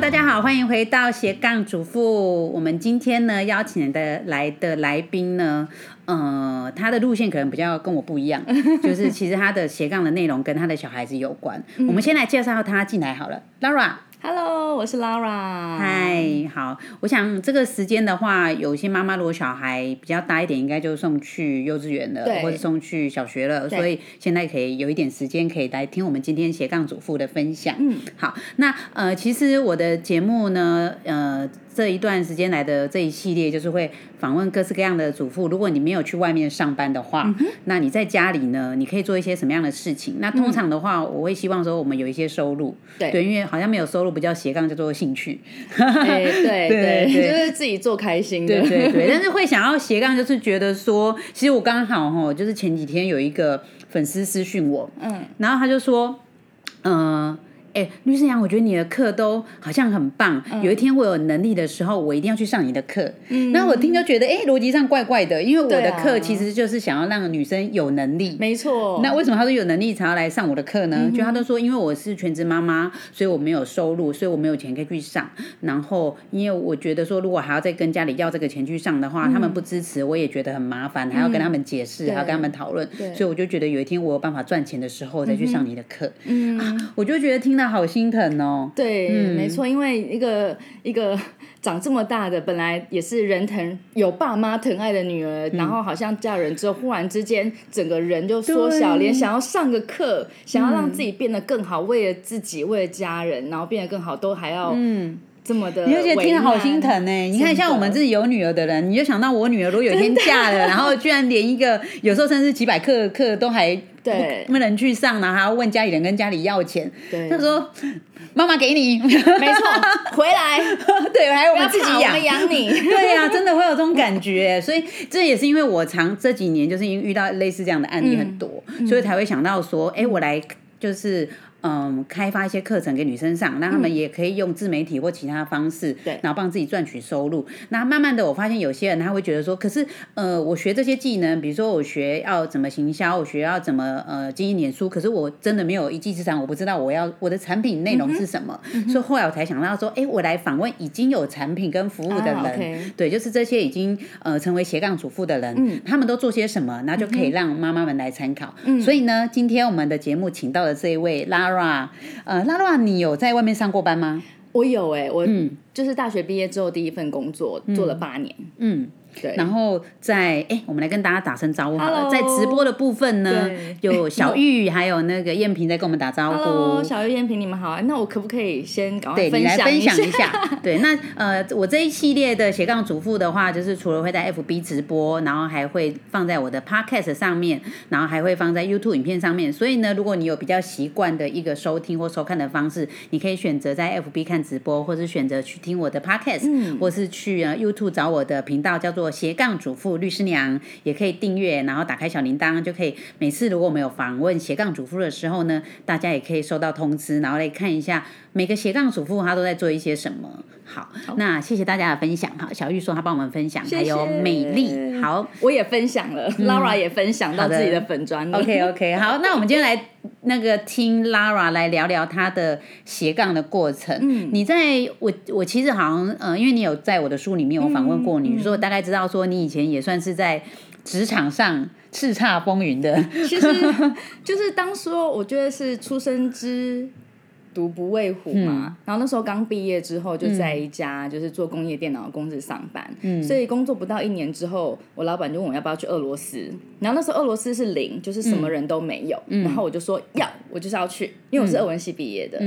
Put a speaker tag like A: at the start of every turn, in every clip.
A: 大家好，欢迎回到斜杠主妇。我们今天呢邀请的来的来宾呢，呃，他的路线可能比较跟我不一样，就是其实他的斜杠的内容跟他的小孩子有关。我们先来介绍他进来好了，Lara。
B: Hello，我是 Laura。
A: 嗨，好，我想这个时间的话，有些妈妈如果小孩比较大一点，应该就送去幼稚园了，
B: 对
A: 或者送去小学了，
B: 对
A: 所以现在可以有一点时间可以来听我们今天斜杠主妇的分享。
B: 嗯，
A: 好，那呃，其实我的节目呢，呃。这一段时间来的这一系列，就是会访问各式各样的主妇。如果你没有去外面上班的话，
B: 嗯
A: 那你在家里呢，你可以做一些什么样的事情？那通常的话，我会希望说我们有一些收入，
B: 对
A: 对，因为好像没有收入，不叫斜杠，叫做兴趣。
B: 哎 对
A: 对
B: 对，
A: 对
B: 就是自己做开心的。
A: 对对对，但是会想要斜杠，就是觉得说，其实我刚好哈，就是前几天有一个粉丝私讯我，
B: 嗯，
A: 然后他就说，嗯、哎、律师杨，我觉得你的课都好像很棒。
B: 嗯
A: 有一天我有能力的时候，我一定要去上你的课。嗯，然后我听就觉得，哎、逻辑上怪怪的，因为我
B: 对
A: 的
B: 啊
A: 课其实就是想要让女生有能力。
B: 没错。
A: 那为什么他说有能力才要来上我的课
B: 嗯
A: 呢？就他都说，因为我是全职妈妈，所以我没有收入，所以我没有钱可以去上。然后，因为我觉得说，如果还要再跟家里要这个钱去上的话，他们
B: 嗯
A: 不支持，我也觉得很麻烦，还要跟他们解释，还要跟他们讨论。所以我就觉得有一天我有办法赚钱的时候，再去上你的课。啊
B: 嗯，
A: 我就觉得听了好心疼哦。
B: 对，没错，因为一个一个 长这么大的，本来也是人疼有爸妈疼爱的女儿，
A: 嗯
B: 然后好像嫁人之后，忽然之间整个人就缩小，
A: 对
B: 连想要上个课，想要让自己变得更好，为了自己，为了家人，然后变得更好，都还要嗯这么的，
A: 你会觉得听了好心疼呢、你看，
B: 真的
A: 像我们自己有女儿的人，你就想到我女儿如果有一天嫁了，然后居然连一个有时候甚至几百课的课都还
B: 对
A: 不能去上呢，还要问家里人跟家里要钱。
B: 对
A: 他说：“妈妈给你。”
B: 没 错，回来
A: 对，还有我
B: 不要
A: 们自
B: 怕，
A: 己
B: 我
A: 养。
B: 们养你。
A: 对呀、真的会有这种感觉， 所以这也是因为我常这几年就是因为遇到类似这样的案例很多，所以才会想到说，哎、我来就是嗯开发一些课程给女生上，让她们也可以用自媒体或其他方式，
B: 对
A: 然后帮自己赚取收入。那慢慢的，我发现有些人他会觉得说，可是呃，我学这些技能，比如说我学要怎么行销，我学要怎么呃经营脸书，可是我真的没有一技之长，我不知道我要我的产品内容是什么，所以后来我才想到说，哎，我来访问已经有产品跟服务的人，
B: 啊，OK 嗯
A: 对，就是这些已经呃成为斜杠主妇的人，他们都做些什么，然后就可以让妈妈们来参考。所以呢，今天我们的节目请到的这一位 Lara，呃，Lara，你有在外面上过班吗？
B: 我有哎、我就是大学毕业之后第一份工作、做了八年，
A: 嗯，
B: 对，
A: 然后在哎、我们来跟大家打声招呼好了。
B: Hello
A: 在直播的部分呢
B: 对，
A: 有小玉还有那个燕萍在跟我们打招呼。
B: Hello，小月燕萍，你们好。啊那我可不可以先赶快
A: 对你来
B: 享
A: 分
B: 一
A: 享
B: 下？
A: 一下， 对，那呃，我这一系列的斜杠主妇的话，就是除了会在 FB 直播，然后还会放在我的 Podcast 上面，然后还会放在 YouTube 影片上面。所以呢，如果你有比较习惯的一个收听或收看的方式，你可以选择在 FB 看直播，或是选择去听我的 Podcast，、或是去呃 YouTube 找我的频道叫做斜杠主妇律师娘，也可以订阅，然后打开小铃铛就可以。每次如果我们有访问斜杠主妇的时候呢，大家也可以收到通知，然后来看一下每个斜杠主妇她都在做一些什么。好，那谢谢大家的分享哈。小玉说她帮我们分享，
B: 谢谢
A: 还有美丽，好。
B: 我也分享了、l a u r a 也分享
A: 嗯
B: 到
A: 好的
B: 自己的粉砖了。
A: OK OK，好，那我们今天来那个听 Lara 来聊聊她的斜杠的过程。嗯，你在我我其实好像呃，因为你有在我的书里面有访问过
B: 嗯
A: 你，所以我大概知道说你以前也算是在职场上叱咤风云的。
B: 其实就是当说，我觉得是出生之独不畏虎嘛。然后那时候刚毕业之后，就在一家就是做工业电脑的公司上班。所以工作不到一年之后，我老板就问我要不要去俄罗斯。然后那时候俄罗斯是零，就是什么人都没有。然后我就说要，我就是要去，因为我是俄文系毕业的。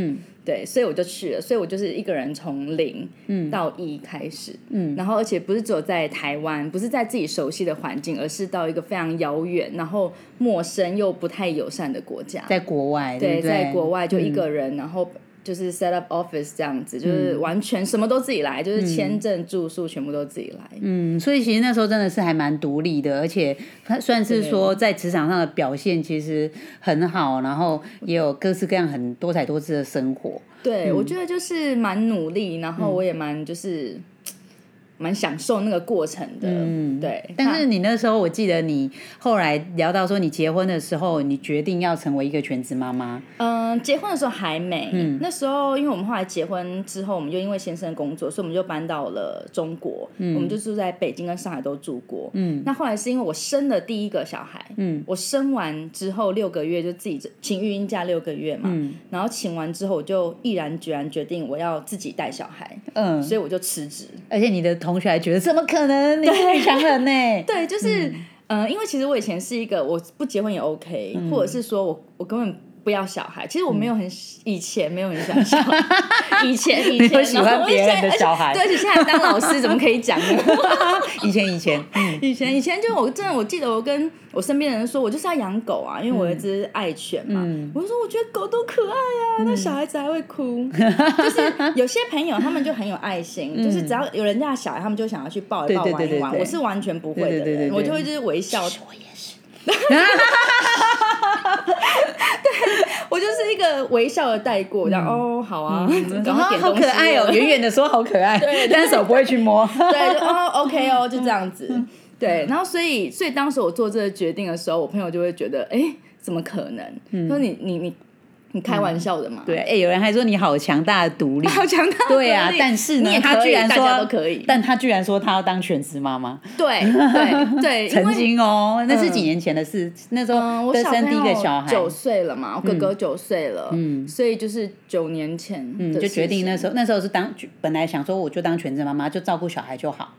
B: 对，所以我就去了，所以我就是一个人从零到一开始，嗯，然后而且不是只有在台湾，不是在自己熟悉的环境，而是到一个非常遥远、然后陌生又不太友善的国家，
A: 在国外，对不
B: 对，
A: 对？嗯
B: 在国外就一个人，然后就是 set up office 这样子，
A: 嗯
B: 就是完全什么都自己来，就是签证、住宿全部都自己来，
A: 嗯，所以其实那时候真的是还蛮独立的，而且他算是说在职场上的表现其实很好，然后也有各式各样很多彩多姿的生活。嗯
B: 对，我觉得就是蛮努力，然后我也蛮就是。蛮享受那个过程的。嗯，对。
A: 但是你那时候，我记得你后来聊到说，你结婚的时候，你决定要成为一个全职妈妈。
B: 嗯，结婚的时候还没。嗯，那时候因为我们后来结婚之后，我们就因为先生工作，所以我们就搬到了中国。嗯，我们就住在北京跟上海都住过。嗯，那后来是因为我生了第一个小孩。嗯，我生完之后六个月就自己请育婴假六个月嘛。嗯，然后请完之后，我就毅然决然决定我要自己带小孩。嗯，所以我就辞职。
A: 而且你的同学还觉得怎么可能？你太强人呢、欸？
B: 对，就是，嗯、呃，因为其实我以前是一个我不结婚也 OK，、嗯、或者是说我我根本不要小孩。其实我没有很、嗯、以前没有很想小孩， 以前以前
A: 喜欢别人的小孩，
B: 对，而且现在当老师怎么可以讲呢？
A: 以前以前、
B: 嗯、以前以前就我真的我记得我跟我身边的人说，我就是要养狗啊，因为
A: 嗯
B: 我一只爱犬嘛。我就说我觉得狗多可爱啊，
A: 嗯
B: 那小孩子还会 哭。就是有些朋友他们就很有爱心，就是
A: 嗯
B: 只要有人家的小孩，他们就想要去抱一抱玩一玩。我是完全不会的人，我就会就是微笑。
A: 我也是。嗯
B: 对，我就是一个微笑的带过，然后哦好啊， 然后
A: 嗯好可爱哦，远远的说好可爱，但手不会去摸。
B: 对，哦 OK 哦，就这样子。对，然后所以所以当时我做这个决定的时候，我朋友就会觉得，哎，怎么可能？嗯、说你你你你开玩笑的嘛？
A: 对，哎，有人还说你好强大的独立，
B: 好强大，
A: 对啊，但是呢，他居然说
B: 都可以，
A: 但他居然说他要当全职妈妈，
B: 对对对，
A: 曾经哦，那是几年前的事，那时候
B: 嗯我
A: 生第一个小孩
B: 九岁了嘛，我哥哥九岁了，嗯，所以就是九年前，
A: 嗯，就决定那时候那时候是当本来想说我就当全职妈妈，就照顾小孩就好。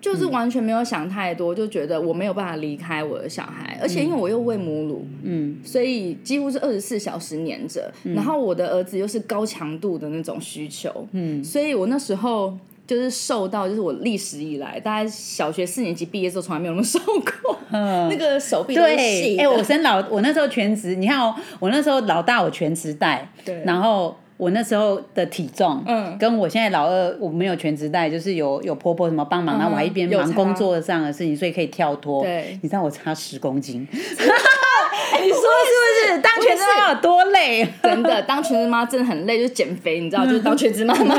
B: 就是完全没有想太多，就觉得我没有办法离开我的小孩，而且因为我又喂母乳，嗯，所以几乎是二十四小时黏着。嗯、然后我的儿子又是高强度的那种需求，嗯，所以我那时候就是瘦到，就是我历史以来，大概小学四年级毕业之后，从来没有那么瘦过， 嗯、那个手臂
A: 对，哎、欸，我生老，我那时候全职，你看哦，我那时候老大我全职带，
B: 对，
A: 然后。我那时候的体重，嗯，跟我现在老二，我没有全职带，就是有有婆婆什么帮忙，然后我还一边忙工作上的事情，所以可以跳脱。
B: 对，
A: 你知道我差十公 斤，你说哎是不是？当全职妈有多累？
B: 真的，当全职妈真的很累，就减肥，你知道，就是当全职妈妈。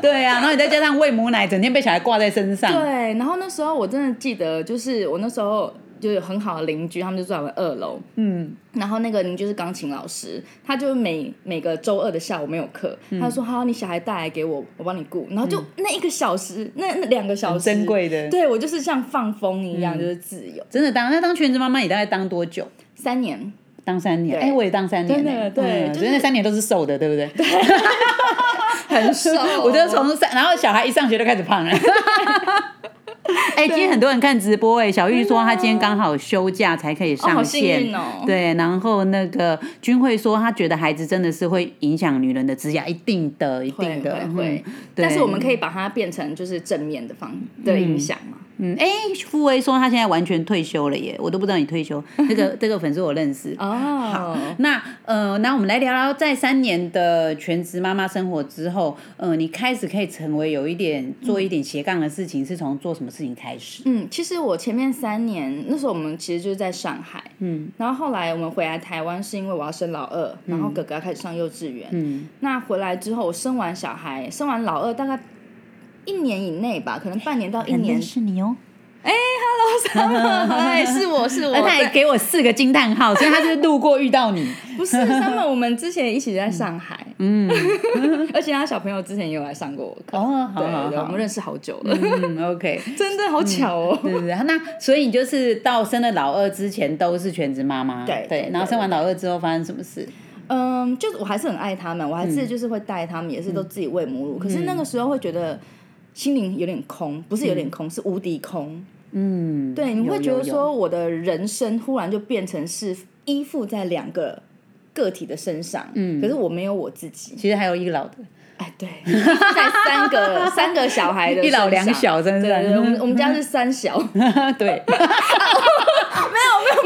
A: 对啊，然后你再加上喂母奶，整天被小孩挂在身上。
B: 对，然后那时候我真的记得，就是我那时候。就有很好的邻居，他们就住在我们二楼。嗯，然后那个邻居是钢琴老师，他就每每个周二的下午没有课，嗯、他就说：“好，你小孩带来给我，我帮你顾。”然后就、嗯、那一个小时，那那两个小时，
A: 珍贵的。
B: 对我就是像放风一样，嗯、就是自由。
A: 真的当那当全职妈妈，你大概当多久？
B: 三年。
A: 当三年，哎，我也当三年，
B: 真的对，
A: 所以那三年都是瘦的，对不对？
B: 对， 很瘦。
A: 我就从三，然后小孩一上学就开始 胖了。哎，今天很多人看直播哎，小玉说她今天刚好休假才可以
B: 哦
A: 上线，对。然后那个君慧说，她觉得孩子真的是会影响女人的指甲，一定的，一定的嗯
B: 会。但是我们可以把它变成就是正面的方的影响嘛。
A: 嗯，哎，傅威说他现在完全退休了耶，我都不知道你退休。这个 这个粉丝我认识
B: 哦。好，
A: 那呃，那我们来聊聊，在三年的全职妈妈生活之后，呃，你开始可以成为有一点做一点斜杠的事情，嗯、是从做什么事情开始？
B: 嗯，其实我前面三年那时候我们其实就是在上海，嗯，然后后来我们回来台湾是因为我要生老二，然后哥哥要开始上幼稚园，嗯，那回来之后我生完小孩，生完老二大概。一年以内吧，可能半年到一年。
A: 是你哦。
B: 哎，Hello，Summer，哎， 是我是我，
A: 啊他也给我四个惊叹号，所以他就是路过遇 到你。
B: 不是 Summer，我们之前一起在上海，嗯， 而且他小朋友之前也有来上过我课，
A: 哦，好
B: 好
A: 好，
B: 我们认识好久了，
A: 嗯，OK，
B: 真的好巧哦，
A: 对对对，那所以你就是到生了老二之前都是全职妈妈，
B: 对
A: 对，然后生完老二之后发生什么事？
B: 嗯，就是我还是很爱他们，我还是就是会带他们，也是都自己喂母乳，可是那个时候会觉得。心灵有点空，不是有点空，嗯、是无敌空。
A: 嗯，
B: 对，你会觉得说，我的人生忽然就变成是依附在两个个体的身上。嗯，可是我没有我自己。
A: 其实还有一老的。
B: 哎，对，在三个三个小孩的
A: 一老两小，真的。嗯
B: 我们我们家是三小，
A: 对，
B: 哦没有没有，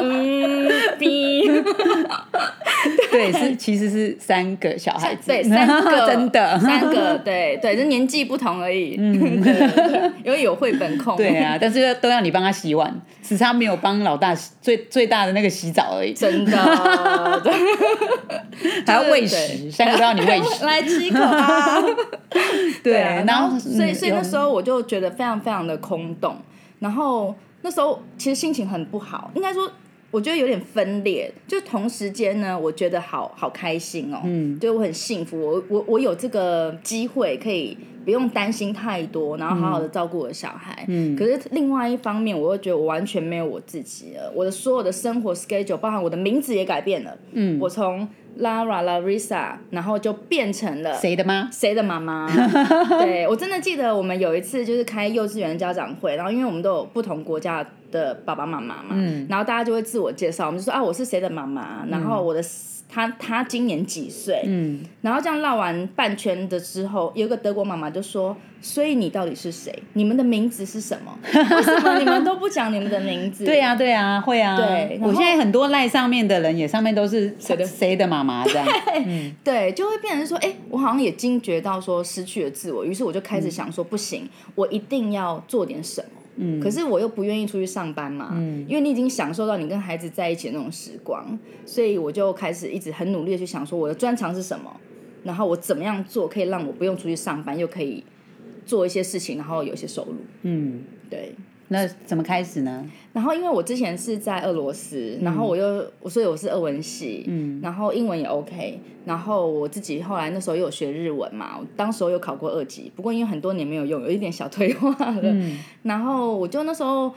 B: 嗯，逼，
A: 对，是其实是三个小孩子，
B: 对，三 个
A: 真的，
B: 三个，对对，就年纪不同而已。嗯， 对对对因为有绘本控，
A: 对啊，但是都要你帮他洗碗，只差没有帮老大洗最最大的那个洗澡而已，
B: 真的， 对
A: 还要喂食，三个都要你喂 食，
B: 来吃一口啊。 对啊，然后
A: 嗯
B: 所以所以那
A: 有
B: 时候我就觉得非常非常的空洞，然后那时候其实心情很不好，应该说我觉得有点分裂，就同时间呢，我觉得好好开心哦，嗯，对我很幸福，我我我有这个机会可以不用担心太多，然后好好的照顾我的小孩，嗯，可是另外一方面，我又觉得我完全没有我自己了，我的所有的生活 schedule，包含我的名字也改变了，嗯，我从 Lara Larissa，然后就变成了。
A: 谁的吗？
B: 谁的 妈妈？对我真的记得我们有一次就是开幼稚园家长会，然后因为我们都有不同国家的爸爸妈妈嘛，
A: 嗯
B: 然后大家就会自我介绍，我们就说啊我是谁的妈妈，然后我的、她她今年几岁，
A: 嗯，
B: 然后这样绕完半圈的之后，有一个德国妈妈就说，所以你到底是谁？你们的名字是什 么？为什么你们都不讲你们的名字？
A: 对呀、对呀、会啊。
B: 对然后
A: 我现在很多赖上面的人也上面都是谁
B: 的
A: 谁的妈妈这 样，
B: 对，就会变成说，哎、我好像也惊觉到说失去了自我，于是我就开始想说，不行，我一定要做点什么。嗯，可是我又不愿意出去上班嘛，嗯，因为你已经享受到你跟孩子在一起的那种时光，所以我就开始一直很努力的去想说我的专长是什么，然后我怎么样做可以让我不用出去上班，又可以做一些事情，然后有一些收入。
A: 嗯，
B: 对，
A: 那怎么开始呢？
B: 然后因为我之前是在俄罗斯，然后我又我所以我是俄文系，然后英文也 OK，然后我自己后来那时候又有学日文嘛，我当时候有考过二级，不过因为很多年没有用，有一点小退化了。然后我就那时候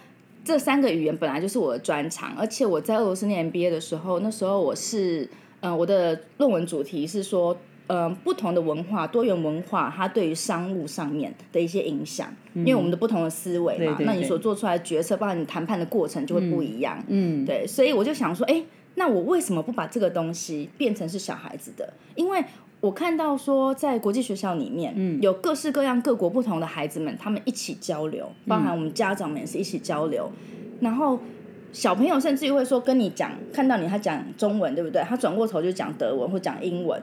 B: 这三个语言本来就是我的专长，而且我在俄罗斯念 MBA 的时候，那时候我是呃我的论文主题是说。呃，不同的文化、多元文化，它对于商务上面的一些影响，因为我们的不同的思维嘛，
A: 嗯对对
B: 那你
A: 对
B: 所做出来的决策，包括你谈判的过程就会不一样。
A: 嗯，
B: 对，所以我就想说，哎、那我为什么不把这个东西变成是小孩子的？因为我看到说，在国际学校里面，
A: 嗯
B: 有各式各样各国不同的孩子们，他们一起交流，包
A: 嗯
B: 含我们家长们也是一起交流，然后。小朋友甚至于会说跟你讲，看到你他讲中文，对不对？他转过头就讲德文或讲英文。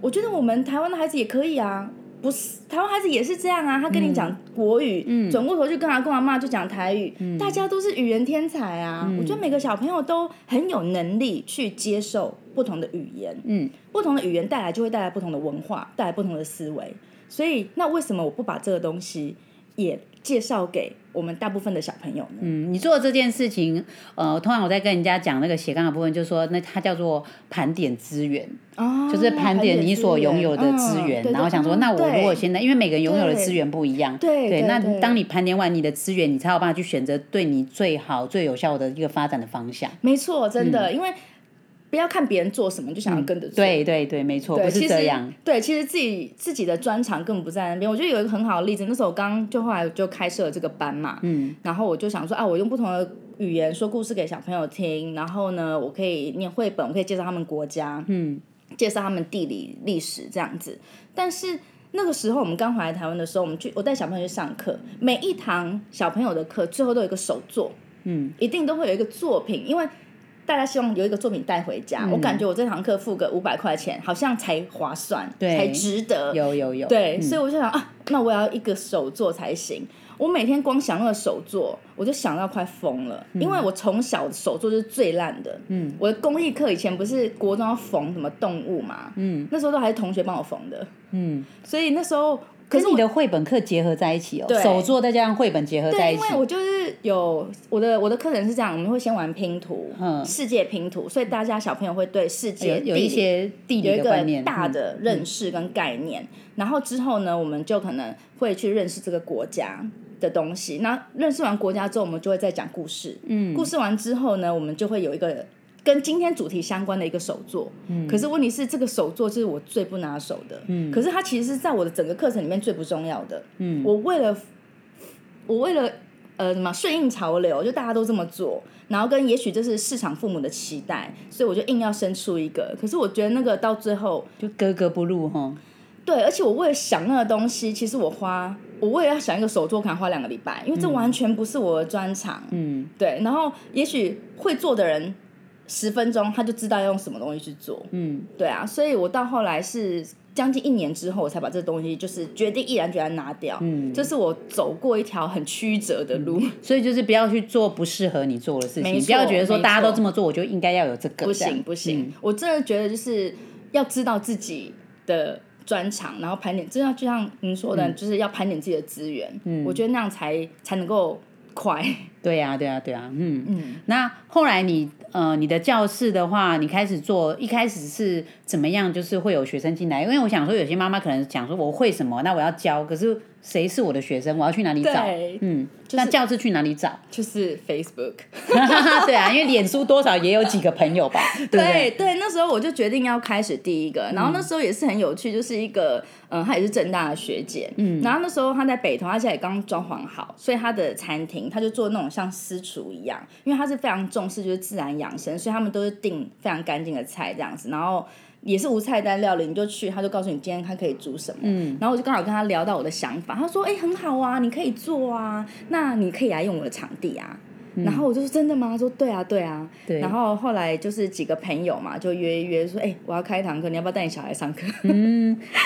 B: 我觉得我们台湾的孩子也可以啊，不是台湾孩子也是这样啊。他跟你讲国语，转过头就跟阿公阿妈就讲台语，大家都是语言天才啊。我觉得每个小朋友都很有能力去接受不同的语言，
A: 嗯，
B: 不同的语言带来就会带来不同的文化，带来不同的思维。所以，那为什么我不把这个东西也介绍给我们大部分的小朋友呢？
A: 嗯，你做的这件事情，呃，通常我在跟人家讲那个斜杠的部分，就说那它叫做盘点资源，
B: 啊
A: 就是盘点你所拥有的资
B: 嗯
A: 源，
B: 对
A: 然后
B: 对
A: 想说，
B: 对
A: 那我如果
B: 对
A: 现在，因为每个人拥有的
B: 对
A: 资源不一样，
B: 对对
A: 那
B: 对
A: 当你盘点完你的资源，你才有办法去选择对你最好、最有效的一个发展的方向。
B: 没错，真的，因为不要看别人做什么就想要跟着
A: 嗯
B: 做。
A: 对对对，没错，
B: 对，
A: 不
B: 其
A: 是
B: 实
A: 这样。
B: 对，其实自己自己的专长根本不在那边。我觉得有一个很好的例子，那时候我刚就后来就开设了这个班嘛，嗯，然后我就想说啊，我用不同的语言说故事给小朋友听，然后呢，我可以念绘本，我可以介绍他们国家，嗯，介绍他们地理历史这样子。但是那个时候我们刚回来台湾的时候，我们去我带小朋友去上课，每一堂小朋友的课最后都有一个手作，嗯，一定都会有一个作品，因为。大家希望有一个作品带回
A: 嗯
B: 家，我感觉我这堂课付个五百块钱，好像才划算，
A: 对
B: 才值得。
A: 有有有，
B: 呃对，所以我就想啊，那我也要一个手作才行。我每天光想那个手作，我就想到快疯了，
A: 嗯
B: 因为我从小手作就是最烂的。嗯，我的工艺课以前不是国中要缝什么动物嘛，嗯，那时候都还是同学帮我缝的，
A: 嗯，
B: 所以那时候
A: 可
B: 可是
A: 是
B: 我
A: 你的绘本课结合在一起哦，
B: 对
A: 手作再加上绘本结合在
B: 对，
A: 一
B: 因
A: 起，
B: 为我就是有我的我的课程是这样，我们会先玩拼图，
A: 嗯
B: 世界拼图，所以大家小朋友会对世
A: 有
B: 界
A: 有
B: 地
A: 一
B: 理
A: 些地
B: 有
A: 理
B: 一
A: 的
B: 个
A: 观念，
B: 大
A: 嗯
B: 的认识跟概念。然后之后呢，我们就可能会去认识这个国家的东西。那认识完国家之后，我们就会再讲故事。嗯，故事完之后呢，我们就会有一个。跟今天主题相关的一个手作，嗯、可是问题是这个手作就是我最不拿手的，嗯、可是它其实是在我的整个课程里面最不重要的。嗯、我为了我为了呃什么顺应潮流，就大家都这么做，然后跟也许这是市场父母的期待，所以我就硬要生出一个。可是我觉得那个到最后
A: 就格格不入哈。
B: 对，而且我为了想那个东西，其实我花，我为了要想一个手作，可能花两个礼拜，因为这完全不是我的专长。
A: 嗯，
B: 对，然后也许会做的人十分钟他就知道要用什么东西去做。
A: 嗯，
B: 对啊，所以我到后来是将近一年之后，我才把这东西就是决定毅然决然拿掉。嗯，这是我走过一条很曲折的路，
A: 所以就是不要去做不适合你做的事情，
B: 没错
A: 不要觉得说
B: 没错
A: 大家都这么做，我就应该要有这个，
B: 不
A: 这样嗯
B: 行不行，我真的觉得就是要知道自己的专长，然后盘点，就像就像您
A: 嗯
B: 说的，就是要盘点自己的资源。嗯，我觉得那样才才能够快。
A: 对呀、对呀、对呀、嗯嗯。那后来你呃，你的教室的话，你开始做，一开始是怎么样？就是会有学生进来，因为我想说，有些妈妈可能想说我会什么，那我要教，可是谁是我的学生，我要去哪里找？
B: 对
A: 嗯，那教室去哪里找？
B: 就是 Facebook。
A: 对啊，因为脸书多少也有几个朋友吧，对不对？
B: 对嗯对，那时候我就决定要开始第一个，然后那时候也是很有趣，就是一个嗯，她也是正大的学姐，嗯，然后那时候她在北投，她现在也刚装潢好，所以她的餐厅她就做那种像私厨一样，因为她是非常重视就是自然养生，所以他们都是订非常干净的菜这样子，然后。也是无菜单料理，你就去，他就告诉你今天他可以煮什么。嗯，然后我就刚好跟他聊到我的想法，他说：“哎、很好啊，你可以做啊，那你可以来用我的场地啊。然后我就说：“真的吗？”他说：“对啊，对啊。”
A: 嗯对
B: 然后后来就是几个朋友嘛，就约一约说：“哎、我要开一堂课，你要不要带你小孩上课？”
A: 嗯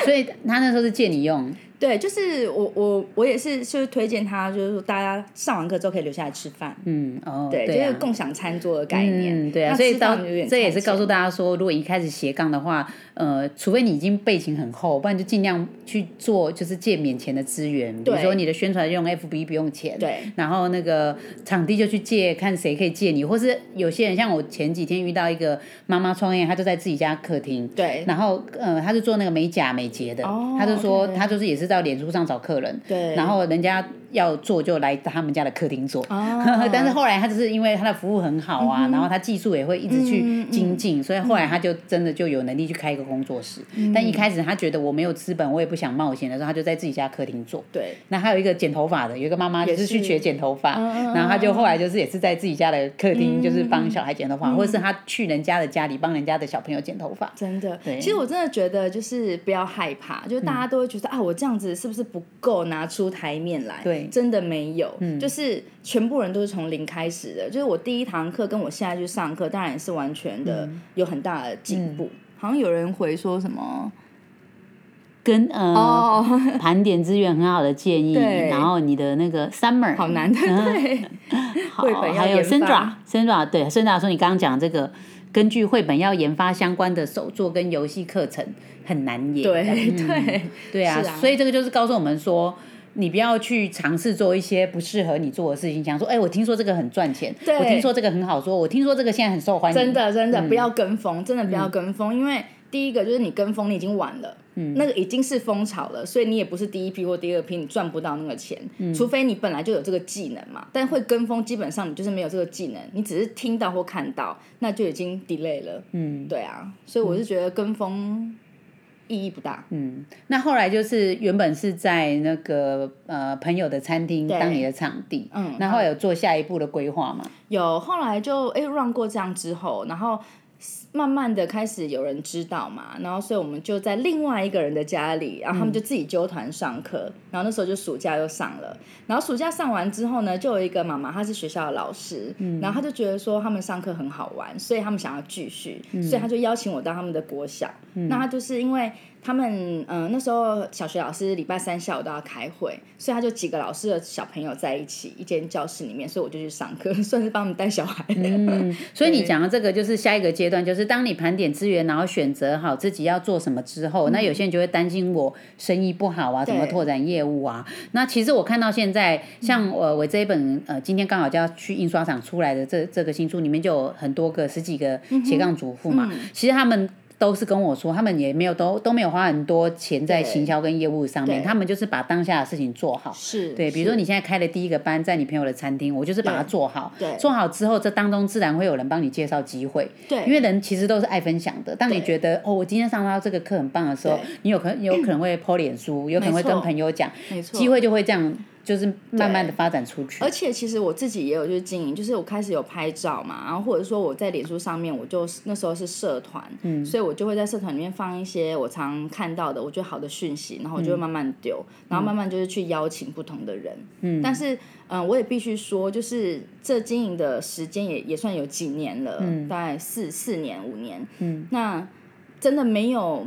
A: 所以他那时候是借你用，
B: 对，就是我我我也是，就是推荐他，就是说大家上完课之后可以留下来吃饭，
A: 嗯，哦，
B: 对，
A: 对、啊，
B: 就是共享餐桌的概念。
A: 嗯，对啊，
B: 那
A: 所以
B: 吃
A: 到
B: 饭有点
A: 这也
B: 菜
A: 是告
B: 钱
A: 诉大家说，如果一开始斜杠的话，呃，除非你已经背景很厚，不然就尽量去做，就是借免钱的资源，比如
B: 对
A: 说你的宣传用 FB 不用钱，
B: 对，
A: 然后那个场地就去借，看谁可以借你，或是有些人像我前几天遇到一个妈妈创业，她就在自己家客厅，
B: 对
A: 然后呃，她是做那个美甲美睫的，
B: 哦
A: 她就说
B: OK
A: 她就是也是到脸书上找客人，
B: 对，
A: 然后人家要做就来他们家的客厅做，
B: 哦嗯
A: 但是后来他就是因为他的服务很好啊，然后他技术也会一直去精进，所以后来他就真的就有能力去开一个工作室。
B: 嗯
A: 但一开始他觉得我没有资本，我也不想冒险的时候，他就在自己家客厅做。
B: 对
A: 那还有一个剪头发的，有一个妈妈就
B: 也
A: 是去
B: 是嗯
A: 学剪头发，然后她就后来就是也是在自己家的客厅，就是帮
B: 嗯
A: 小孩剪头发，或者是她去人家的家里帮人家的小朋友剪头发。
B: 真的，其实我真的觉得就是不要害怕，就是
A: 嗯
B: 大家都会觉得、啊，我这样子是不是不够拿出台面来？
A: 对嗯
B: 真的没有，就是全部人都是从零开始的。就是我第一堂课跟我现在去上课，当然也是完全的、
A: 嗯
B: 有很大的进步。好像有人回说什么
A: 跟呃、
B: 哦，
A: 盘点资源很好的建议，
B: 对
A: 然后你的那个 summer
B: 好难的，对，
A: 嗯好
B: 绘本要
A: 还有
B: 研
A: s e n d r
B: 发
A: a s e n d r a 对 s e n d r a 说你刚刚讲这个，根据绘本要研发相关的手作跟游戏课程很难演，
B: 对、
A: 这样
B: 对
A: 对啊，
B: 是啊
A: 所以这个就是告诉我们说。你不要去尝试做一些不适合你做的事情，想说，哎、我听说这个很赚钱，
B: 对
A: 我听说这个很好做，我听说这个现在很受欢迎，
B: 真的真的、不要跟风，真的不要跟风，因为第一个就是你跟风，你已经晚了。那个已经是风潮了，所以你也不是第一批或第二批，你赚不到那个钱，除非你本来就有这个技能嘛。但会跟风，基本上你就是没有这个技能，你只是听到或看到，那就已经 delay 了。嗯，对啊，所以我是觉得跟风意义不大。
A: 嗯，那后来就是原本是在那个呃朋友的餐厅
B: 对
A: 当你的场地，
B: 嗯
A: 然后有做下一步的规划嘛？
B: 有后来就哎 run 过这样之后，然后慢慢的开始有人知道嘛，然后所以我们就在另外一个人的家里，然后他们就自己纠团上课，然后那时候就暑假又上了，然后暑假上完之后呢，就有一个妈妈，她是学校的老师，然后她就觉得说他们上课很好玩，所以他们想要继续，所以她就邀请我到他们的国小，那她就是因为。他们嗯、呃那时候小学老师礼拜三下午都要开会，所以他就几个老师的小朋友在一起一间教室里面，所以我就去上课， 算是帮他们带小孩。
A: 所以你讲的这个就是下一个阶段，就是当你盘点资源，然后选择好自己要做什么之后，那有些人就会担心我生意不好啊，怎么
B: 嗯对嗯
A: 拓展业务啊。那其实我看到现在，像我我这一本呃，今天刚好就要去印刷厂出来的这这个新书，里面就有很多个十几个
B: 嗯
A: 斜杠主妇嘛，其实他们。都是跟我说，他们也没有都都没有花很多钱在
B: 对
A: 行销跟业务上面，
B: 对
A: 他们就是把当下的事情做好。
B: 是
A: 对，比如说你现在开的第一个班在你朋友的餐厅，我就是把它
B: 对
A: 做好。
B: 对
A: 做好之后，这当中自然会有人帮你介绍机会。
B: 对
A: 因为人其实都是爱分享的。当你觉得哦，我今天上到这个课很棒的时候
B: 对，
A: 你有可能有可能会 po 脸书，有可能会
B: 没错
A: 跟朋友讲，
B: 没错
A: 机会就会这样就是慢慢的发展出去
B: 而。且其实我自己也有就是经营，就是我开始有拍照嘛，然后或者说我在脸书上面，我就那时候是社团，所以我就会在社团里面放一些我常看到的我觉得好的讯息，然后我就会慢慢丢，然后慢慢就是去邀请不同的人。嗯，但是嗯、呃我也必须说，就是这经营的时间也也算有几年了，大概四四年五年。嗯，那真的没有。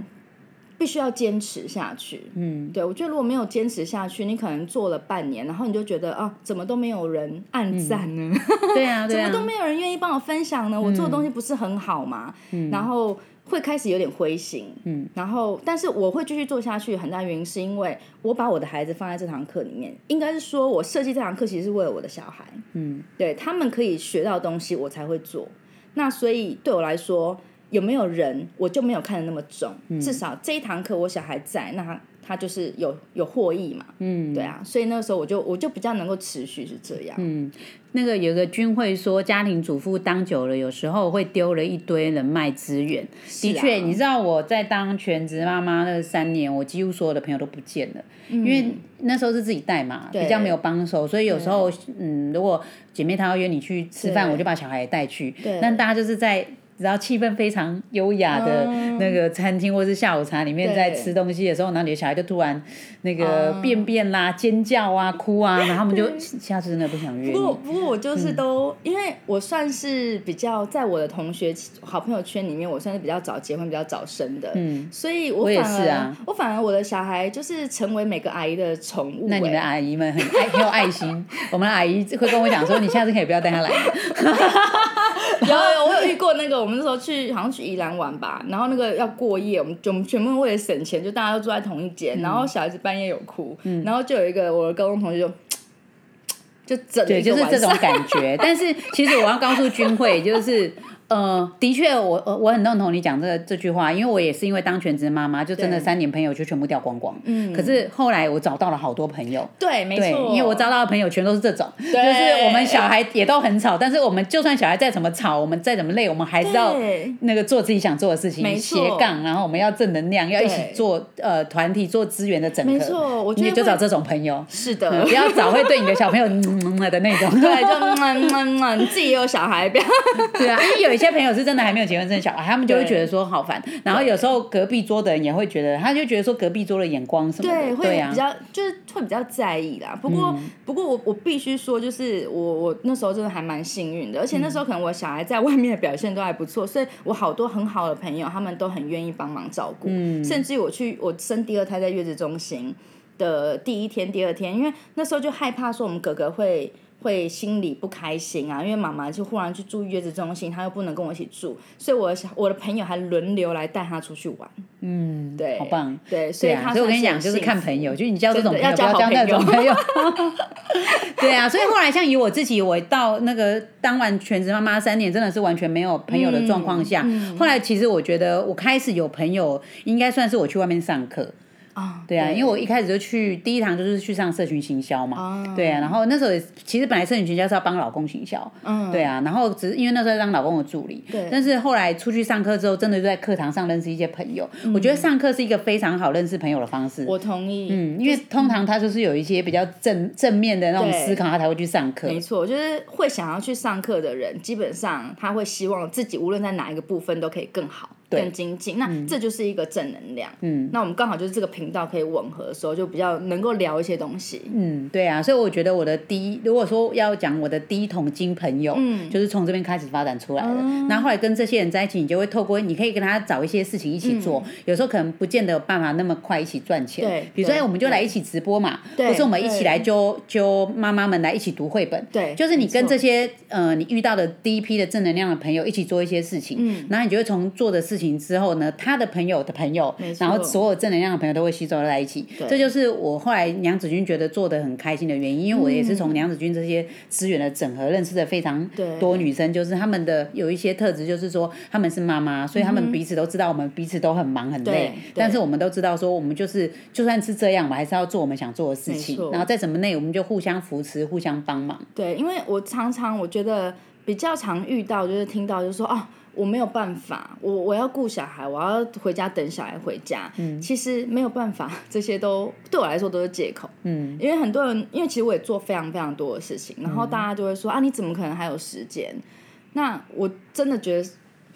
B: 必须要坚持下去，嗯，对我觉得如果没有坚持下去，你可能做了半年，然后你就觉得啊，怎么都没有人按赞呢？
A: 对啊，对
B: 怎
A: 啊
B: 么，都没有人愿意帮我分享呢？我做的东西不是很好吗？然后会开始有点灰心，嗯，然后但是我会继续做下去，很大原因是因为我把我的孩子放在这堂课里面，应该是说我设计这堂课其实是为了我的小孩，嗯，对他们可以学到东西，我才会做。那所以对我来说，有没有人我就没有看得那么重，至少这一堂课我小孩在，那他他就是有有获益嘛，嗯，对啊，所以那个时候我就我就比较能够持续是这样，嗯，
A: 那个有个军会说，家庭主妇当久了，有时候会丢了一堆人脉资源。
B: 啊
A: 的确，你知道我在当全职妈妈那三年，我几乎所有的朋友都不见了，
B: 嗯
A: 因为那时候是自己带嘛，比较没有帮手，所以有时候嗯，如果姐妹她要约你去吃饭，
B: 对
A: 我就把小孩也带去。那大家就是在。然后气氛非常优雅的那个餐厅，或是下午茶里面，
B: 哦对嗯
A: 在吃东西的时候，然后你的小孩就突然那个便便啦、尖叫啊、哭啊，然后他们 就下次真的不想约你。
B: 不过不过我就是
A: 嗯
B: 都，因为我算是比较在我的同学好朋友圈里面，我算是比较早结婚、比较早生的，嗯，所以我
A: 我也
B: 反而
A: 是啊
B: 我反而我的小孩就是成为每个阿姨的宠物、
A: 那你
B: 欸
A: 们啊阿姨们很爱 很有爱心，我们的阿姨会跟我讲说，你下次可以不要带 她来了。
B: 有有，我有遇过那个，我们那时候去好像去宜兰玩吧，然后那个要过夜，我们就我们全部为了省钱，就大家都住在同一间，然
A: 嗯
B: 后小孩子半夜有哭，然后就有一个我的高中同学就就整了
A: 对，
B: 一
A: 就
B: 个
A: 是
B: 晚
A: 这种
B: 上
A: 感 觉。但是其实我要告诉军会，就是呃，的确我，我我很认同你讲这这句话，因为我也是因为当全职妈妈，就真的
B: 对
A: 三年朋友就全部掉光光。嗯，可是后来我找到了好多朋友。
B: 对，没
A: 对，
B: 错，
A: 因为我找到的朋友全都是这种，就是我们小孩也都很吵，但是我们就算小孩再怎么吵，我们再怎么累，我们还是要
B: 对
A: 那个做自己想做的事情，
B: 没错
A: 斜杠，然后我们要正能量，要一起
B: 对
A: 做呃团体做资源的整合。
B: 没错，我
A: 你
B: 觉得
A: 也就
B: 会呃
A: 找这种朋 友，
B: 是
A: 嗯
B: 的
A: 不。要找会对你的小朋友嗯嗯嗯的那种。
B: 对，就嗯嗯嗯，你自己也有小孩，不要
A: 对啊，因为有一些朋友是真的还没有结婚生小孩，他们就会
B: 对
A: 觉得说好烦。然后有时候隔壁桌的人也会觉得，他就觉得说隔壁桌的眼光什么
B: 对，
A: 的，
B: 会
A: 对啊嗯
B: 比，较、就是会比较在意啦。不过、不过我我必须说，就是我我那时候真的还蛮幸运的，而
A: 嗯
B: 且那时候可能我小孩在外面的表现都还不错，所以我好多很好的朋友，他们都很愿意帮忙照顾，
A: 嗯
B: 甚至于我去我生第二胎在月子中心的第一天、第二天，因为那时候就害怕说我们哥哥会。会心里不开心啊，因为妈妈就忽然去住月子中心，她又不能跟我一起住，所以我的小我的朋友还轮流来带她出去玩。嗯，对，
A: 好棒。
B: 对，所
A: 对
B: 以
A: 啊，
B: 他
A: 所以我
B: 算
A: 跟你讲，
B: 很
A: 就是
B: 幸
A: 看
B: 福
A: 朋友，就是你交这种朋
B: 真
A: 友，
B: 的
A: 不要交那
B: 要交
A: 种
B: 好
A: 朋友。 对啊，所以后来像以我自己，我到那个当完全职妈妈三年，真的是完全没有朋友的状况下，
B: 嗯
A: 后来其实我觉得我开始有朋友，应该算是我去外面上课。
B: 啊，
A: 对啊，因为我一开始就去第一堂就是去上社群行销嘛，对啊，然后那时候也其实本来社群行销是要帮老公行销，嗯，对啊，然后只是因为那时候在当老公的助理，对，但是后来出去上课之后，真的就在课堂上认识一些朋友，我觉得上课是一个非常好认识朋友的方式，
B: 我同意，
A: 嗯，因为通常他就是有一些比较正正面的那种
B: 对
A: 思考，他才会去上课，
B: 没错，就是会想要去上课的人，基本上他会希望自己无论在哪一个部分都可以更好、更精进。那
A: 嗯
B: 这就是一个正能量。嗯，那我们刚好就是这个频道可以吻合的时候，就比较能够聊一些东西。
A: 嗯，对啊，所以我觉得我的第一，如果说要讲我的第一桶金朋友，嗯，就是从这边开始发展出来的。
B: 哦
A: 那、后后来跟这些人在一起，你就会透过你可以跟他找一些事情一起做，有时候可能不见得有办法那么快一起赚钱，
B: 嗯对
A: 比如说
B: 对
A: 哎，我们就来一起直播嘛，或是我们一起
B: 对
A: 来揪揪妈妈们来一起读绘本，
B: 对
A: 就是你
B: 没
A: 跟
B: 错
A: 这些呃你遇到的第一批的正能量的朋友一起做一些事情，嗯，然后你就会从做的事情之后呢，他的朋友的朋友
B: 没，错
A: 然后所有正能量的朋友都会吸收在一起，这就是我后来娘子军觉得做的很开心的原因，因为我也是从娘子军这些资源的整合认识的非常
B: 对
A: 多女生，就是她们的有一些特质，就是说她们是妈妈，所以她们彼此都知道我们彼此都很忙很累
B: 对，
A: 但是我们都知道说我们就是就算是这样，我们还是要做我们想做的事情
B: 没，错
A: 然后在什么内我们就互相扶持、互相帮忙。
B: 对，因为我常常我觉得比较常遇到，就是听到就是说哦，我没有办法，我我要顾小孩，我要回家等小孩回家。嗯，其实没有办法， 这些都对我来说都是借口。嗯，因为很多人，因为其实我也做非常非常多的事情，然
A: 嗯
B: 后大家就会说、啊，你怎么可能还有时间？那我真的觉得。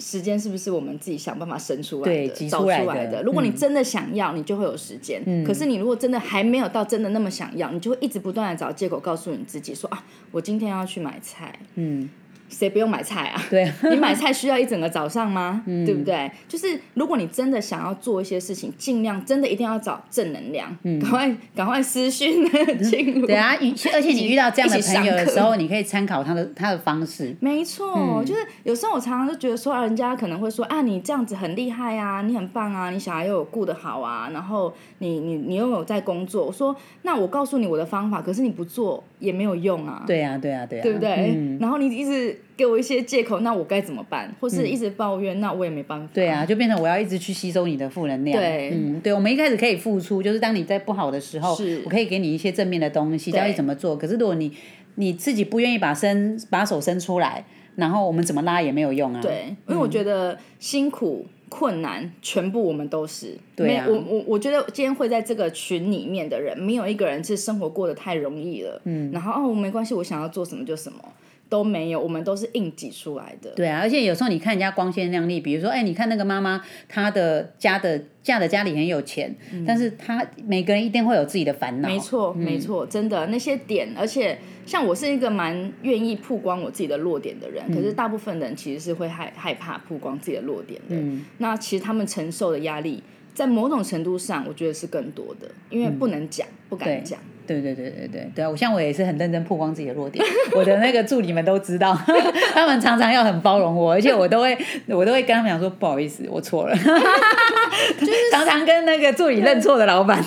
B: 时间是不是我们自己想办法生出来的、
A: 对挤
B: 找
A: 出来
B: 来
A: 的嗯
B: 如果你真的想要，你就会有时间。可是你如果真的还没有到真的那么想要，你就会一直不断的找借口告诉你自己说啊，我今天要去买菜。嗯，谁不用买菜啊？
A: 对 嗯
B: 你买菜需要一整个早上吗？对不对？就是如果你真的想要做一些事情，尽量真的一定要找正能量，赶快赶快私讯进入。
A: 嗯对啊，与而且你遇到这样的
B: 一起上
A: 朋友的
B: 课
A: 时候，你可以参考他的他的方式。
B: 没错，
A: 嗯
B: 就是有时候我常常就觉得说，啊人家可能会说啊，你这样子很厉害啊，你很棒啊，你小孩又有顾得好啊，然后你你你又有在工作。我说，那我告诉你我的方法，可是你不做也没有用啊，
A: 对啊，对啊，对啊，
B: 对不对？然后你一直给我一些借口，那我该怎么办？或是一直抱怨，那我也没办法。
A: 嗯对啊，就变成我要一直去吸收你的负能量。
B: 嗯对
A: 嗯，对，我们一开始可以付出，就是当你在不好的时候
B: 是，
A: 我可以给你一些正面的东西，
B: 对
A: 教你怎么做。可是如果你你自己不愿意把伸把手伸出来，然后我们怎么拉也没有用啊。，
B: 对，因为我觉得辛苦、困难，全部我们都是。
A: 对啊
B: 没我我我觉得今天会在这个群里面的人，没有一个人是生活过得太容易了。嗯，然后哦，没关系，我想要做什么就什么，都没有，我们都是硬挤出来的。
A: 对啊，而且有时候你看人家光鲜亮丽，比如说，哎，你看那个妈妈，她的家的嫁的家里很有钱，但是她每个人一定会有自己的烦恼。
B: 嗯没错，
A: 嗯
B: 没错，真的那些点，而且像我是一个蛮愿意曝光我自己的弱点的人，可
A: 嗯
B: 是大部分人其实是会害害怕曝光自己的弱点的。
A: 嗯
B: 那其实他们承受的压力，在某种程度上，我觉得是更多的，因为不能讲，不敢讲。
A: 嗯对对对对对对啊！我像我也是很认真曝光自己的弱点， 我的那个助理们都知道， 他们常常要很包容我，而且我都会我都会跟他们讲说不好意思，我错了， 常常跟那个助理认错的老板，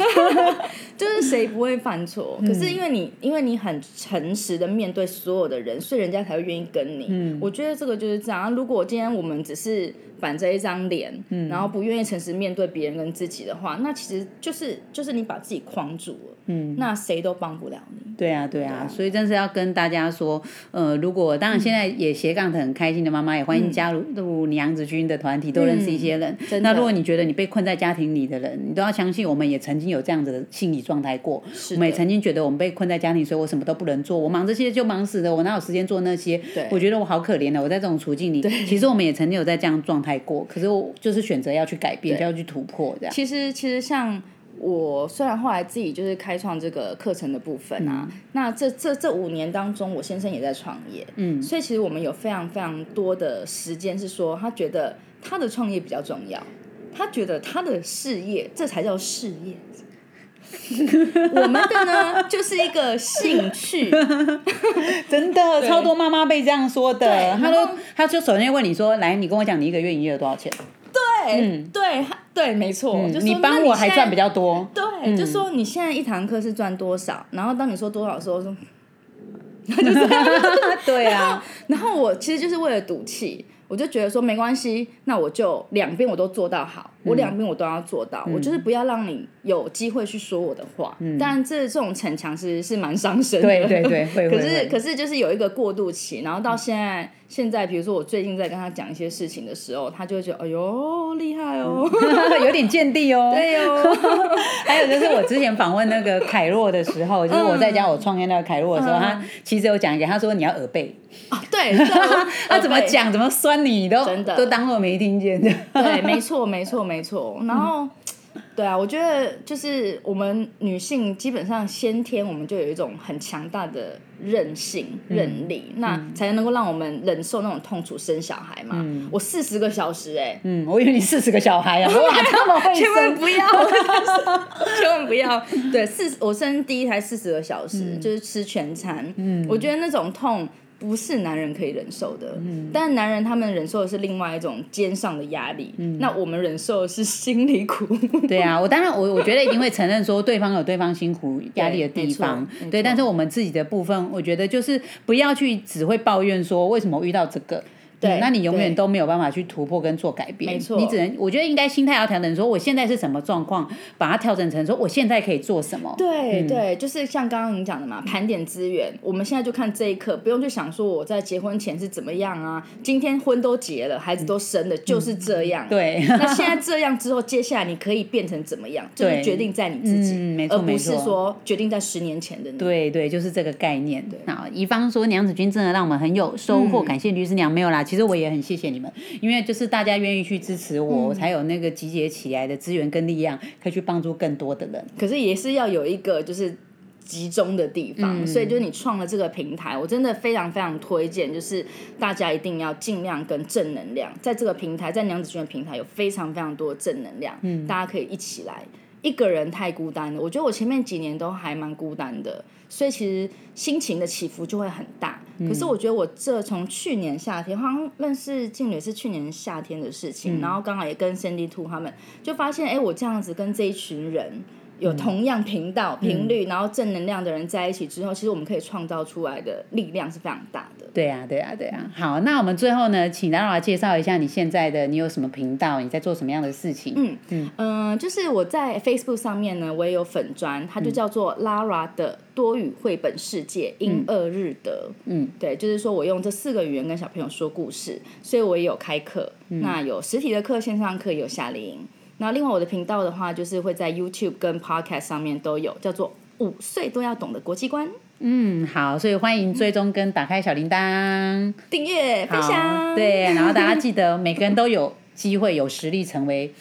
B: 就是谁不会犯错？可是因为你，因为你很诚实的面对所有的人，所以人家才会愿意跟你。我觉得这个就是这样。如果今天我们只是板着一张脸，然后不愿意诚实面对别人跟自己的话，那其实就是就是你把自己框住了。嗯，那谁都帮不了你。
A: 对啊，对啊，所以真是要跟大家说，呃，如果当然现
B: 嗯
A: 在也斜杠的很开心的妈妈，也欢迎加入入娘子军的团体，多认识一些人。
B: 嗯真的
A: 那如果你觉得你被困在家庭里的人，你都要相信，我们也曾经有这样子的心理状态过。
B: 是
A: 我们也
B: 的
A: 曾经觉得我们被困在家庭，所以我什么都不能做，我忙这些就忙死了，我哪有时间做那些？
B: 对
A: 我觉得我好可怜的，我在这种处境里，其实我们也曾经有在这样状态过，可是我就是选择要去改变，就要去突破这样。
B: 其实其实像我虽然后来自己就是开创这个课程的部分啊，
A: 嗯
B: 那这这这五年当中，我先生也在创业，嗯，所以其实我们有非常非常多的时间是说，他觉得他的创业比较重要，他觉得他的事业这才叫事业。我们的呢，就是一个 兴趣，
A: 真的超多妈妈被这样说的，
B: 对
A: 她
B: 然
A: 都
B: 后
A: 她就首先问你说，来，你跟我讲你一个月营业额多少钱？
B: 对哎对他对，没错，就说
A: 嗯你
B: 那
A: 帮我还
B: 现在
A: 赚比较嗯多，
B: 对，就说你现在一堂课是赚多少，然后当你说多少的时候，我说
A: 对 啊，
B: 然后我其实就是为了赌气，我就觉得说没关系，那我就两边我都做到好，
A: 嗯
B: 我两边我都要做到，我就是不要让你有机会去说我的话。但这这种逞强其实是蛮伤身的。
A: 嗯对对对， 会
B: 可
A: 会嗯
B: 是
A: 会，
B: 可是就是有一个过渡期，然后到现在、现在，比如说我最近在跟他讲一些事情的时候，他就会觉得哎呦厉害哦，
A: 有点见地嗯哦。
B: 哎呦，
A: 还有就是我之前访问那个凯洛的时候，
B: 嗯
A: 就是我在家我创业那个凯洛的时候，他其实有讲一个，他说你要耳背，
B: 对，他
A: 他怎么？讲怎么酸你，你都
B: 真的
A: 都当做没听见的。
B: 对，没错，没错，没错。然后，对啊，我觉得就是我们女性基本上先天我们就有一种很强大的韧性、韧力，那才能够让我们忍受那种痛楚生小孩嘛。我四十个小时、欸，哎、
A: 嗯，我以为你四十个小孩 啊，哇，这么会
B: 千万
A: 生，
B: 不 要，千万不 要。对，四我生第一胎四十个小时，就是吃全餐。嗯，我觉得那种痛。不是男人可以忍受的，但男人他们忍受的是另外一种肩上的压力，那我们忍受的是心里苦。
A: 对啊，我当然我我觉得一定会承认说对方有对方辛 苦压力的地方
B: 没，错
A: 对，
B: 没错
A: 但是我们自己的部分，我觉得就是不要去只会抱怨说为什么我遇到这个。
B: 对，
A: 那你永远
B: 对
A: 都没有办法去突破跟做改变，
B: 没错
A: 你只能我觉得应该心态要调整，说我现在是什么状况，把它调整成说我现在可以做什么。
B: 对嗯对，就是像刚刚你讲的嘛，盘点资源，我们现在就看这一刻，不用去想说我在结婚前是怎么样啊，今天婚都结了，孩子都生了，就是这样。
A: 对，
B: 那现在这样之后，接下来你可以变成怎么样，就是
A: 对
B: 决定在你自己，
A: 嗯没错
B: 而不是
A: 没错
B: 说决定在十年前的你。
A: 对对，就是这个概念。那怡芳说娘子军真的让我们很有收
B: 嗯
A: 获，感谢吕师娘。没有啦，其实我也很谢谢你们，因为就是大家愿意去支持我，
B: 嗯
A: 我才有那个集结起来的资源跟力量，可以去帮助更多的人。
B: 可是也是要有一个就是集中的地方，所以就是你创了这个平台，我真的非常非常推荐，就是大家一定要尽量跟正能量，在这个平台，在娘子军的平台有非常非常多的正能量，嗯，大家可以一起来。一个人太孤单了，我觉得我前面几年都还蛮孤单的，所以其实心情的起伏就会很大。可是我觉得我这从去年夏天，好像认识静女是去年夏天的事情，然后刚好也跟 Cindy Two 他们就发现，哎，我这样子跟这一群人
A: 嗯
B: 有同样频道、频率，然后正能量的人在一起之后，其实我们可以创造出来的力量是非常大的。
A: 对呀、对呀、啊对呀、好，那我们最后呢，请达老来介绍一下你现在的，你有什么频道，你在做什么样的事情？嗯，
B: 嗯、就是我在 Facebook 上面呢，我也有粉砖，它就
A: 嗯
B: 叫做 Lara 的多语绘本世界英二日德。
A: 嗯，
B: 对，就是说我用这四个语言跟小朋友说故事，所以我也有开课，
A: 嗯
B: 那有实体的课、线上课，也有夏令营。那另外我的频道的话，就是会在 YouTube 跟 Podcast 上面都有，叫做五岁都要懂的国际观，
A: 嗯好，所以欢迎追踪跟打开小铃铛，
B: 订阅分享。
A: 好，对，然后大家记得每个人都有机会、有实力成为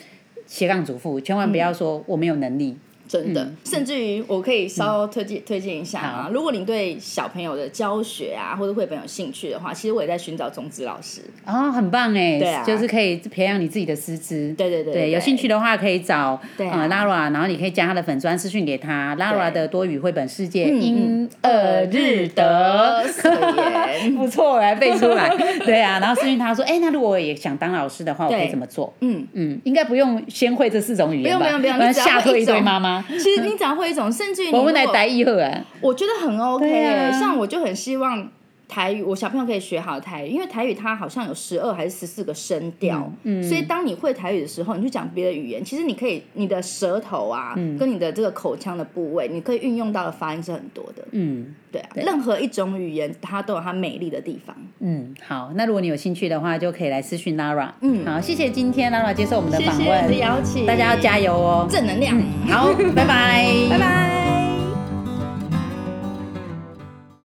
A: 斜杠主妇，千万不要说我没有能力。
B: 真的，甚至于我可以稍推荐、推荐一下啊。如果你对小朋友的教学啊或者绘本有兴趣的话，其实我也在寻找种子老师。
A: 哦，很棒哎，
B: 对啊
A: 就是可以培养你自己的师资。
B: 对对对对
A: 有兴趣的话可以找
B: 对啊
A: 呃 Lara，然后你可以加她的粉砖私讯给她 Lara 的多语绘本世界
B: 嗯
A: 英二日德。
B: 四个言
A: 不错，我还背出来。 对啊，然后私讯她说，哎，那如果我也想当老师的话，我可以
B: 对
A: 怎么做？
B: 嗯，
A: 嗯，应该不用先会这四种语言吧？
B: 不用不用不用
A: 然
B: 你只要
A: 吓
B: 会
A: 退
B: 一
A: 一堆
B: 种
A: 妈妈。
B: 其实你只要会一种，甚至于你
A: 我们来
B: 如果
A: 台语好啊。
B: 我觉得很 OK，、
A: 对啊
B: 像我就很希望台语，我小朋友可以学好台语，因为台语它好像有十二还是十四个声调，
A: 嗯
B: 所以当你会台语的时候，你去讲别的语言，其实你可以你的舌头啊，
A: 嗯
B: 跟你的这个口腔的部位，你可以运用到的发音是很多的，
A: 嗯
B: 对啊，任何一种语言它都有它美丽的地方。
A: 嗯，好，那如果你有兴趣的话，就可以来私讯 Lara。嗯，好，谢谢今天 Lara 接受我们的
B: 谢
A: 访
B: 谢你的
A: 问，
B: 邀请，
A: 大家要加油哦。
B: 正能量，
A: 好，拜拜，
B: 拜拜。